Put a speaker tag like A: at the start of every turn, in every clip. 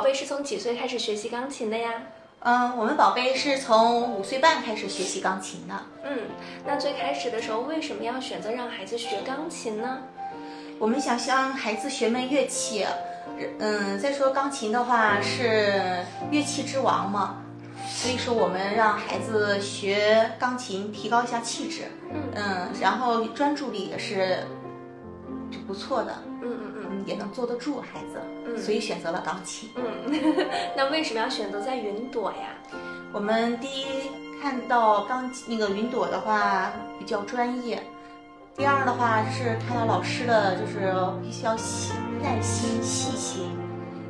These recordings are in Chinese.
A: 慧是从几岁开始学习钢琴的呀？
B: 嗯，我们宝贝是从五岁半开始学习钢琴的。
A: 嗯，那最开始的时候为什么要选择让孩子学钢琴呢？
B: 我们想让孩子学门乐器，嗯，再说钢琴的话是乐器之王嘛，所以说我们让孩子学钢琴，提高一下气质，
A: 嗯
B: 嗯，然后专注力也是不错的，
A: 嗯嗯嗯
B: 嗯，也能坐得住孩子，
A: 嗯
B: 所以选择了钢琴。
A: 嗯， 那为什么要选择在云朵呀？
B: 我们第一看到钢琴那个云朵的话比较专业，第二的话就是看到老师的就是比较细耐心细心，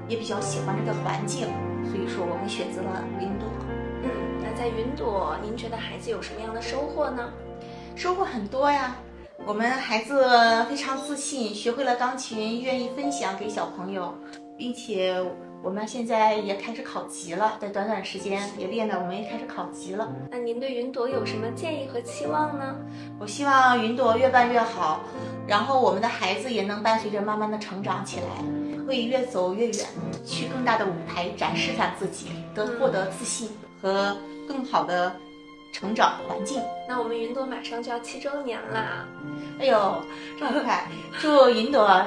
B: 也比较喜欢这个环境，所以说我们选择了云朵，
A: 嗯，那在云朵，您觉得孩子有什么样的收获呢？
B: 收获很多呀。我们孩子非常自信，学会了钢琴，愿意分享给小朋友，并且我们现在也开始考级了，在短短时间也练的，我们也开始考级了。
A: 那您对云朵有什么建议和期望呢？
B: 我希望云朵越办越好，然后我们的孩子也能伴随着慢慢的成长起来，会越走越远，去更大的舞台展示一下自己，得获得自信和更好的成长环境。
A: 那我们云朵马上就要七周年啊啦，
B: 哎呦，这么快！祝云朵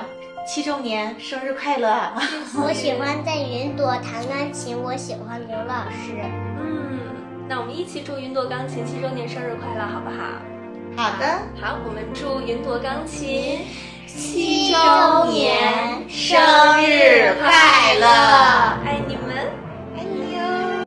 B: 七周年生日快乐！啊
C: 我喜欢在云朵弹钢琴，我喜欢刘老师。
A: 嗯，那我们一起祝云朵钢琴七周年生日快乐，好不好？
B: 好的，
A: 好，我们祝云朵钢琴
C: 七周年生日快乐
A: 哎爱你们。